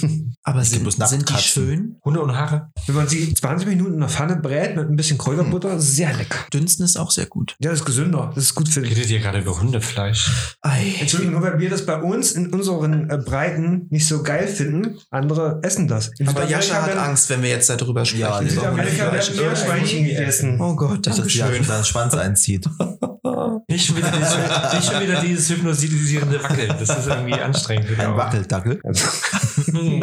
Aber
gibt
sind,
bloß
sind die
Nacktkatzen.
schön?
Hunde und Haare.
Wenn man sie 20 Minuten in der Pfanne brät mit ein bisschen
Hm.
Kräuterbutter, sehr lecker.
Dünsten ist auch sehr gut.
Ja, das ist gesünder. Das ist gut für dich.
Redet ihr gerade über Hundefleisch?
Ei.
Entschuldigung, nur weil wir das bei uns in unseren äh, Breiten nicht so geil finden, andere essen das. In
Aber
Südamerika
Jascha hat
werden-
Angst, wenn wir jetzt darüber sprechen.
Ja,
In
lieber
Südamerika
Hundefleisch.
werden mehr Schweinchen gegessen.
Oh Gott,
Dass
das ist
das Jahr
schön.
schon seinen Schwanz einzieht.
Nicht schon wieder dieses, nicht schon wieder dieses hypnotisierende Wackeln. Das ist irgendwie anstrengend. für die
Ein
Augen.
Wackeldackel.
Mhm.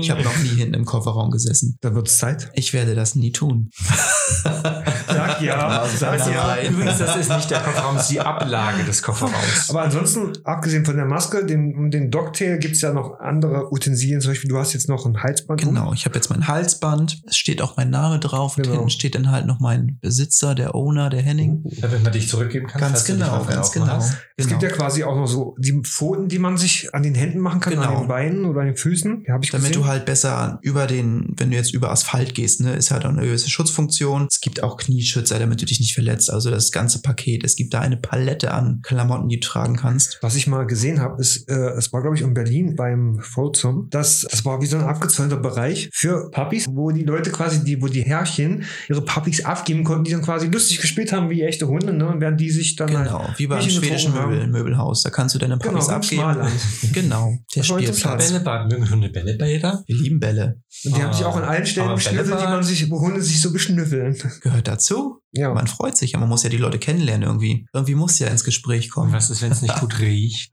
Ich habe noch nie hinten im Kofferraum gesessen.
Da wird's Zeit.
Ich werde das nie tun.
Mhm. Sag ja, sag
Nein.
ja.
Übrigens, das ist nicht der Kofferraum, das ist die Ablage des Kofferraums.
Aber ansonsten, abgesehen von der Maske dem, und dem Docktail, gibt's ja noch andere Utensilien. Zum Beispiel, du hast jetzt noch ein Halsband. um.
Genau, ich habe jetzt mein Halsband. Es steht auch mein Name drauf. Und
Genau. Oh,
hinten steht dann halt noch mein Besitzer, der Owner, der Henning.
Damit man dich zurückgeben kann.
Ganz
falls du dich
genau,
mal wieder
ganz genau.
aufmachst.
Es
genau.
gibt ja quasi auch noch so die Pfoten, die man sich an den Händen machen kann,
Genau.
an den Beinen oder an den Füßen. Ja, hab ich
Damit
gesehen.
du halt besser über den, wenn du jetzt über Asphalt gehst, ne, ist halt auch eine gewisse Schutzfunktion. Es gibt auch Knieschützer, damit du dich nicht verletzt. Also das ganze Paket. Es gibt da eine Palette an Klamotten, die du tragen kannst.
Was ich mal gesehen habe, ist, äh, es war, glaube ich, in Berlin beim Folsom, dass das war wie so ein abgezäunter Bereich für Puppies, wo die Leute quasi, die, wo die Herrchen ihre Puppies abgeben konnten, die dann quasi lustig gespielt haben wie echte Hunde, ne? Und während die sich dann halt. genau,
Genau, wie beim
Nicht in den
schwedischen
Drogen haben.
Möbel, Möbelhaus. Da kannst du deine Puppies
im
abgeben.
Schmalland.
Genau, der
Das war
Spielplatz.
interessant.
Bällebad, mögen Hunde Bällebäder?
Wir lieben Bälle.
Und die haben sich
Ah.
auch an allen Stellen
Aber
beschnüffelt, die
Bällebad?
man sich, wo Hunde sich so beschnüffeln.
Gehört dazu.
Ja.
Man freut sich, aber man muss ja die Leute kennenlernen irgendwie. Irgendwie muss ja ins Gespräch
Und
kommen.
was ist, wenn es nicht gut riecht?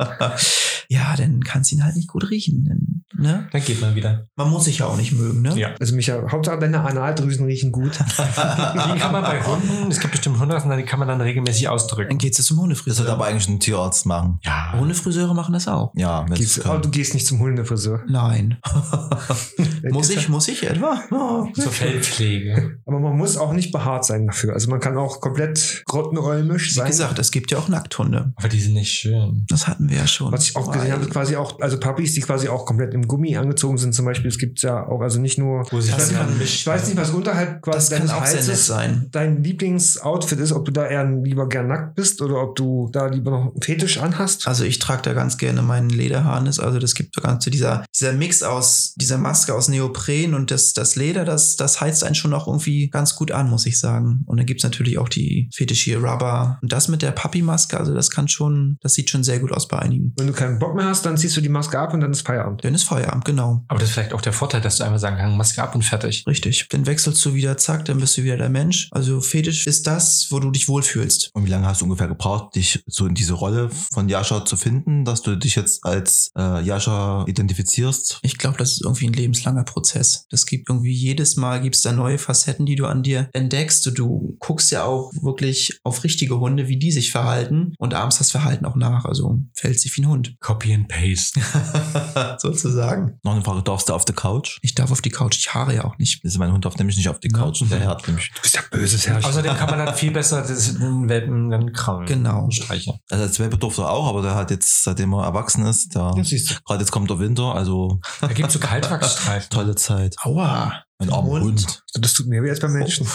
ja, dann kannst du ihn halt nicht gut riechen. Denn, ne?
Dann geht man wieder.
Man muss sich ja auch nicht mögen, ne?
Ja.
Also Micha, Hauptsache deine Analdrüsen riechen gut.
Die kann man bei Hunden, es gibt bestimmt Hundearten, die kann man dann regelmäßig
Dann
ausdrücken.
geht's jetzt zum
Das sollte aber
Hundefriseur.
eigentlich ein Tierarzt machen.
Ah.
Ja.
Hundefriseure machen das auch.
Ja, wenn
Gehst,
es
aber
kann.
du gehst nicht zum Hundefriseur.
Nein. muss ich, muss ich etwa? Oh.
Mhm.
Zur Fellpflege.
Aber man muss auch nicht behaart sein dafür. Also man kann auch komplett grottenäumisch
Wie
sein.
gesagt, es gibt ja auch Nackthunde.
Aber die sind nicht schön.
Das hatten wir ja schon.
Was ich auch gesehen habe, ist quasi auch, also Puppies, die quasi auch komplett im Gummi angezogen sind, zum Beispiel. Es gibt ja auch, also nicht nur,
Wo sich
Das
dann
kann-
mischt.
ich weiß nicht, was unterhalb quasi
das kann
deines
auch sehr nett
Halses
sein.
dein Lieblingsoutfit ist, ob du da eher lieber gern nackt bist oder ob du da lieber noch einen Fetisch anhast.
Also ich trage da ganz gerne meinen Lederharnis. Also das gibt so ganz so dieser, dieser Mix aus dieser Maske aus Neopren und das, das Leder, das, das heizt einen schon auch irgendwie ganz gut an, muss ich sagen. Und dann gibt's natürlich auch die Fetisch hier Rubber. Und das mit der Papi-Maske, also das kann schon, das sieht schon sehr gut aus bei einigen.
Wenn du keinen Bock mehr hast, dann ziehst du die Maske ab und dann ist Feierabend.
Dann ist teuer, genau.
Aber das ist vielleicht auch der Vorteil, dass du einmal sagen kannst, Maske ab und fertig.
Richtig. Dann wechselst du wieder, zack, dann bist du wieder der Mensch. Also Fetisch ist das, wo du dich wohlfühlst.
Und wie lange hast du ungefähr gebraucht, dich so in diese Rolle von Jascha zu finden, dass du dich jetzt als äh, Jascha identifizierst?
Ich glaube, das ist irgendwie ein lebenslanger Prozess. Das gibt irgendwie jedes Mal gibt's da neue Facetten, die du an dir entdeckst. Du- Du guckst ja auch wirklich auf richtige Hunde, wie die sich verhalten und ahmst das Verhalten auch nach. Also fällt sich wie ein Hund.
Copy and Paste.
Sozusagen.
Noch eine Frage, darfst du auf der Couch?
Ich darf auf die Couch, ich haare ja auch nicht.
Also mein Hund darf nämlich nicht auf die Couch, der hat nämlich.
Du bist ja böses Herrchen.
Außerdem kann man dann viel besser den Welpen dann
Mhm.
krauen.
Genau.
Streichen.
Also als Welpe durfte er auch, aber der hat jetzt, seitdem er erwachsen ist, da
Ja, siehst du.
gerade jetzt kommt der Winter, also
Da gibt's so Kaltwachsstreifen.
tolle Zeit.
Aua.
Ein armer
Und?
Hund.
Das tut mir weh als beim
Oh,
Menschen.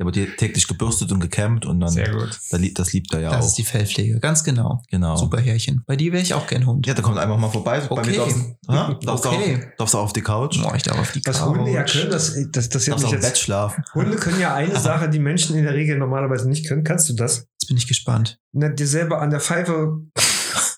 Der wird hier täglich gebürstet und gekämmt und dann,
Sehr gut.
da liebt, das liebt er ja
Das
auch.
ist die Fellpflege, ganz genau.
genau.
Super Härchen. Bei dir wäre ich auch gern Hund.
Ja, da kommt einfach mal vorbei. Bei
Okay.
mir darfst, ja, darfst,
Okay.
du auch, darfst du auch auf die Couch.
Boah, ich darf auf die
Was Hunde ja können, das, das, das
Darfst
jetzt
du
mich
auch im Bett
jetzt.
schlafen.
Hunde können ja eine Sache, die Menschen in der Regel normalerweise nicht können. Kannst du das?
Jetzt bin ich gespannt.
Na, dir selber an der Pfeife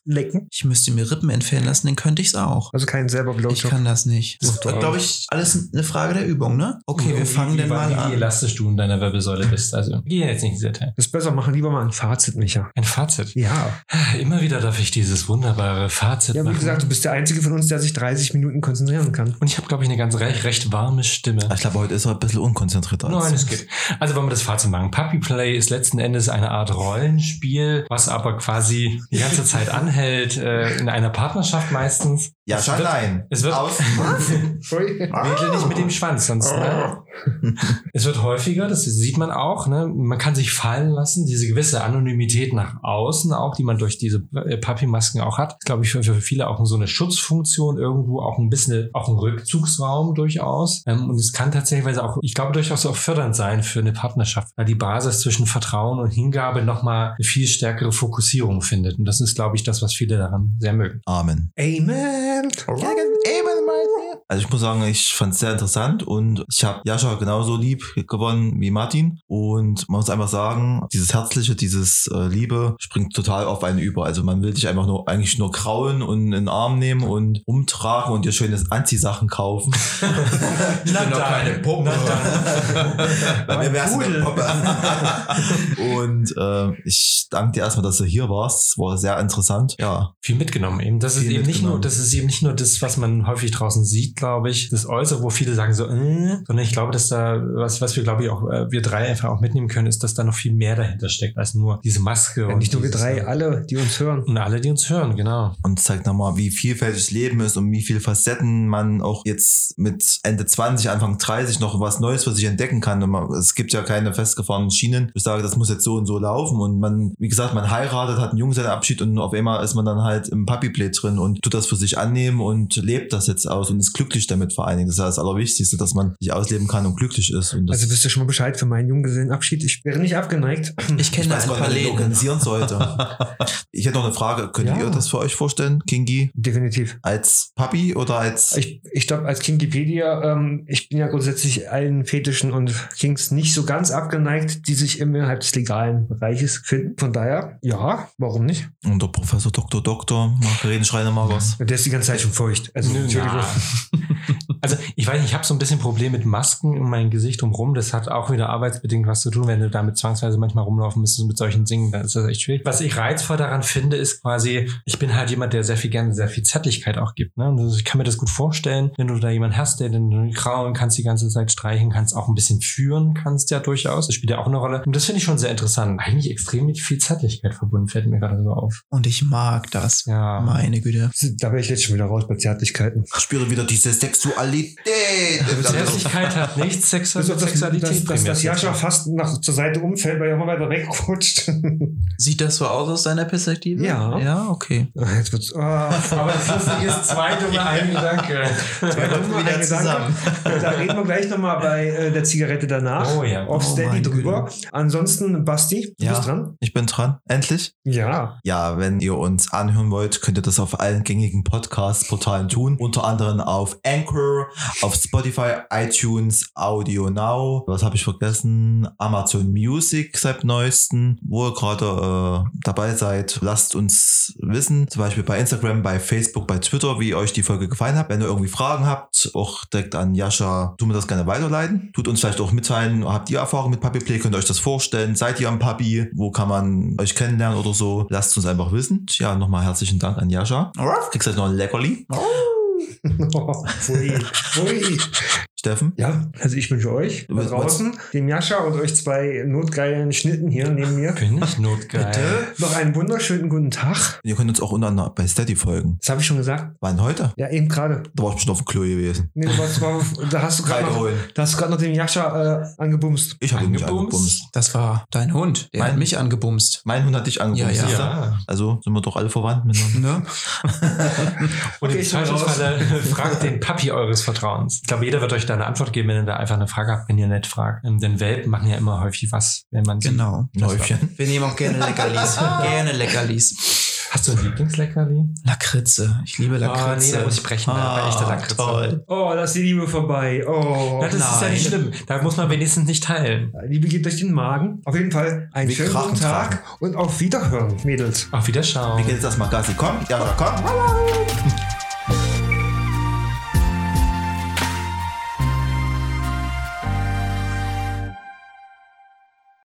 lecken.
Ich müsste mir Rippen entfernen lassen, dann könnte ich es auch.
Also keinen selber
Ich
Blowjob.
kann das nicht. Das ist,
Doch.
glaube ich, alles eine Frage der Übung, ne? Okay, wir fangen dann mal
Oh, Wie
an.
elastisch du in deiner Wirbelsäule bist. Also, geh jetzt nicht in dieser Teil.
Das besser machen, lieber mal ein Fazit, Micha.
Ein Fazit.
Ja.
Immer wieder darf ich dieses wunderbare Fazit
Ja, wie
machen.
gesagt, du bist der Einzige von uns, der sich 30 Minuten konzentrieren kann.
Und ich habe, glaube ich, eine ganz recht, recht warme Stimme.
Ich glaube, heute ist er ein bisschen unkonzentrierter. als
Nein, es
sonst.
geht. Also wollen wir das Fazit machen. Puppy Play ist letzten Endes eine Art Rollenspiel, was aber quasi die ganze Zeit anhält, äh, in einer Partnerschaft meistens.
Ja,
Es
schon
wird-
nein.
Es wird
Aus.
Ah.
Wedel nicht mit dem Schwanz, sonst.
Oh. äh,
Ne? es wird häufiger, das sieht man auch. Ne? Man kann sich fallen lassen, diese gewisse Anonymität nach außen auch, die man durch diese äh, Papi-Masken auch hat. Ist, glaube ich, für, für viele auch so eine Schutzfunktion irgendwo, auch ein bisschen, auch ein Rückzugsraum durchaus. Ähm, und es kann tatsächlich auch, ich glaube, durchaus auch fördernd sein für eine Partnerschaft, da die Basis zwischen Vertrauen und Hingabe nochmal eine viel stärkere Fokussierung findet. Und das ist, glaube ich, das, was viele daran sehr mögen.
Amen.
Amen.
Also ich muss sagen, ich fand es sehr interessant und ich habe Jascha genauso lieb gewonnen wie Martin. Und man muss einfach sagen, dieses Herzliche, dieses äh, Liebe springt total auf einen über. Also man will dich einfach nur eigentlich nur krauen und in den Arm nehmen und umtragen und dir schönes Anziehsachen kaufen.
Ich bin doch keine Puppe.
Bei mir wär's
Pudel.
eine Puppe. und ähm, ich danke dir erstmal, dass du hier warst. Es war sehr interessant. Ja,
viel mitgenommen eben. Das ist
Viel
eben nicht nur,
mitgenommen.
das ist eben nicht nur das, was man häufig draußen sieht, glaube ich, das Äußere, wo viele sagen so, äh, sondern ich glaube, dass da, was, was wir, glaube ich, auch, äh, wir drei einfach auch mitnehmen können, ist, dass da noch viel mehr dahinter steckt, als nur diese Maske.
Ja, nicht nur wir
dieses- äh,
drei, alle, die uns hören.
Und alle, die uns hören, genau.
und zeigt nochmal, wie vielfältig Leben ist und wie viele Facetten man auch jetzt mit Ende 20, Anfang 30 noch was Neues für sich entdecken kann. Und man, es gibt ja keine festgefahrenen Schienen. Ich sage, das muss jetzt so und so laufen. Und man, wie gesagt, man heiratet, hat einen Junggesellenabschied und auf einmal ist man dann halt im Puppyplay drin und tut das für sich annehmen und lebt das jetzt aus und ist glücklich damit vor allen Dingen. Das ist ja das Allerwichtigste, dass man sich ausleben kann und glücklich ist. Und das
Also wisst ihr schon mal Bescheid für meinen Junggesellenabschied. Ich wäre nicht abgeneigt.
Ich kenne da
weiß
ein
gar nicht,
paar
wie ich
Läden.
organisieren sollte. ich hätte noch eine Frage. Könnt
Ja.
ihr das für euch vorstellen, Kingi?
Definitiv.
Als Papi oder als
Ich, ich glaube, als Kinkipedia, ähm, ich bin ja grundsätzlich allen Fetischen und Kings nicht so ganz abgeneigt, die sich innerhalb des legalen Bereiches finden. Von daher, ja, warum nicht?
Und der Professor Dr. Dr. Margarete Schreinermagers.
Der ist die ganze Zeit schon feucht. Also,
Nö,
Entschuldigung.
na. Also ich weiß nicht, ich habe so ein bisschen Problem mit Masken um mein Gesicht drumherum. Das hat auch wieder arbeitsbedingt was zu tun, wenn du damit zwangsweise manchmal rumlaufen müsstest mit solchen Dingen, dann ist das echt schwierig. Was ich reizvoll daran finde, ist quasi, ich bin halt jemand, der sehr viel gerne sehr viel Zärtlichkeit auch gibt. Ne? Und das- ich kann mir das gut vorstellen, wenn du da jemanden hast, der den grauen kannst die ganze Zeit streichen, kannst auch ein bisschen führen, kannst ja durchaus. Das spielt ja auch eine Rolle. Und das finde ich schon sehr interessant. Eigentlich extrem mit viel Zärtlichkeit verbunden, fällt mir gerade so auf.
Und ich mag das.
Ja.
Meine Güte.
Da wäre ich jetzt schon wieder raus bei Zärtlichkeiten.
Ich spüre wieder diese Sexualität.
Zärtlichkeit hat nichts Sexual
Also, dass, dass, dass
primär
das Jascha fast nach, zur Seite umfällt, weil er immer weiter wegrutscht.
Sieht das so aus aus deiner Perspektive?
Ja.
Ja, okay.
Jetzt wird's. Oh,
Aber das Lustige ist, zwei dumme ein Gedanke.
zwei dumme
wieder
ein Gedanke.
zusammen.
Da reden wir gleich nochmal bei äh, der Zigarette danach.
Oh ja.
Auf
Oh
Steady
mein
drüber. Ansonsten, Basti, du
Ja.
bist dran.
Ich bin dran. Endlich.
Ja.
Ja, wenn ihr uns anhören wollt, könnt ihr das auf allen gängigen Podcast-Portalen tun. Unter anderem auf Anchor, Anchor, auf Spotify, iTunes, Audio Now. Was habe ich vergessen? Amazon Music seit neuesten. Wo ihr gerade äh, dabei seid, lasst uns wissen. Zum Beispiel bei Instagram, bei Facebook, bei Twitter, wie euch die Folge gefallen hat. Wenn ihr irgendwie Fragen habt, auch direkt an Jascha, tun wir das gerne weiterleiten. Tut uns vielleicht auch mitteilen, habt ihr Erfahrung mit Puppy Play? Könnt ihr euch das vorstellen? Seid ihr am Puppy? Wo kann man euch kennenlernen oder so? Lasst uns einfach wissen. Ja, nochmal herzlichen Dank an Jascha.
Alright.
Kriegst gleich noch ein Leckerli.
Pfui, pfui.
Steffen?
ja, also ich wünsche euch da
Was-
draußen, dem Jascha und euch zwei notgeilen Schnitten hier neben mir,
Bin ich notgeil.
noch einen wunderschönen guten Tag.
Ihr könnt uns auch unter anderem bei Steady folgen.
Das habe ich schon gesagt.
Wann heute?
Ja, eben gerade.
Da war ich bestimmt auf dem Klo gewesen.
Nee, du warst, war, da hast du gerade noch,
holen.
da hast du gerade noch den Jascha äh, angebumst.
Ich habe mich angebumst.
Das war dein Hund. Der
Mein-
hat mich angebumst.
Mein Hund hat dich angebumst.
Ja,
siehst du?
Ja.
Also sind wir doch alle verwandt miteinander.
Ne?
Und
Okay,
im
ich bin
Zweifelsfalle fragt äh, den Papi eures Vertrauens. Ich glaube, jeder wird euch da eine Antwort geben, wenn ihr da einfach eine Frage habt, wenn ihr nett fragt. Ähm, Denn Welpen machen ja immer häufig was, wenn man sie-
Genau.
Ein Häufchen.
Wir nehmen auch gerne Leckerlis. gerne Leckerlis.
Hast du ein Lieblingsleckerli?
Lakritze. Ich liebe Lakritze.
Ah, da muss ich brechen. da war echte
Ah,
Lakritze.
toll.
Oh, lass die Liebe vorbei. Oh.
Na, das ist ja nicht schlimm. Da muss man wenigstens nicht teilen.
Liebe geht durch den Magen. Auf jeden Fall einen
Wir
schönen
krachen
guten Tag und auf Wiederhören, Mädels.
Auf
Wir
Wiederschauen.
gehen jetzt erstmal Gassi. Komm, ja, komm.
Bye.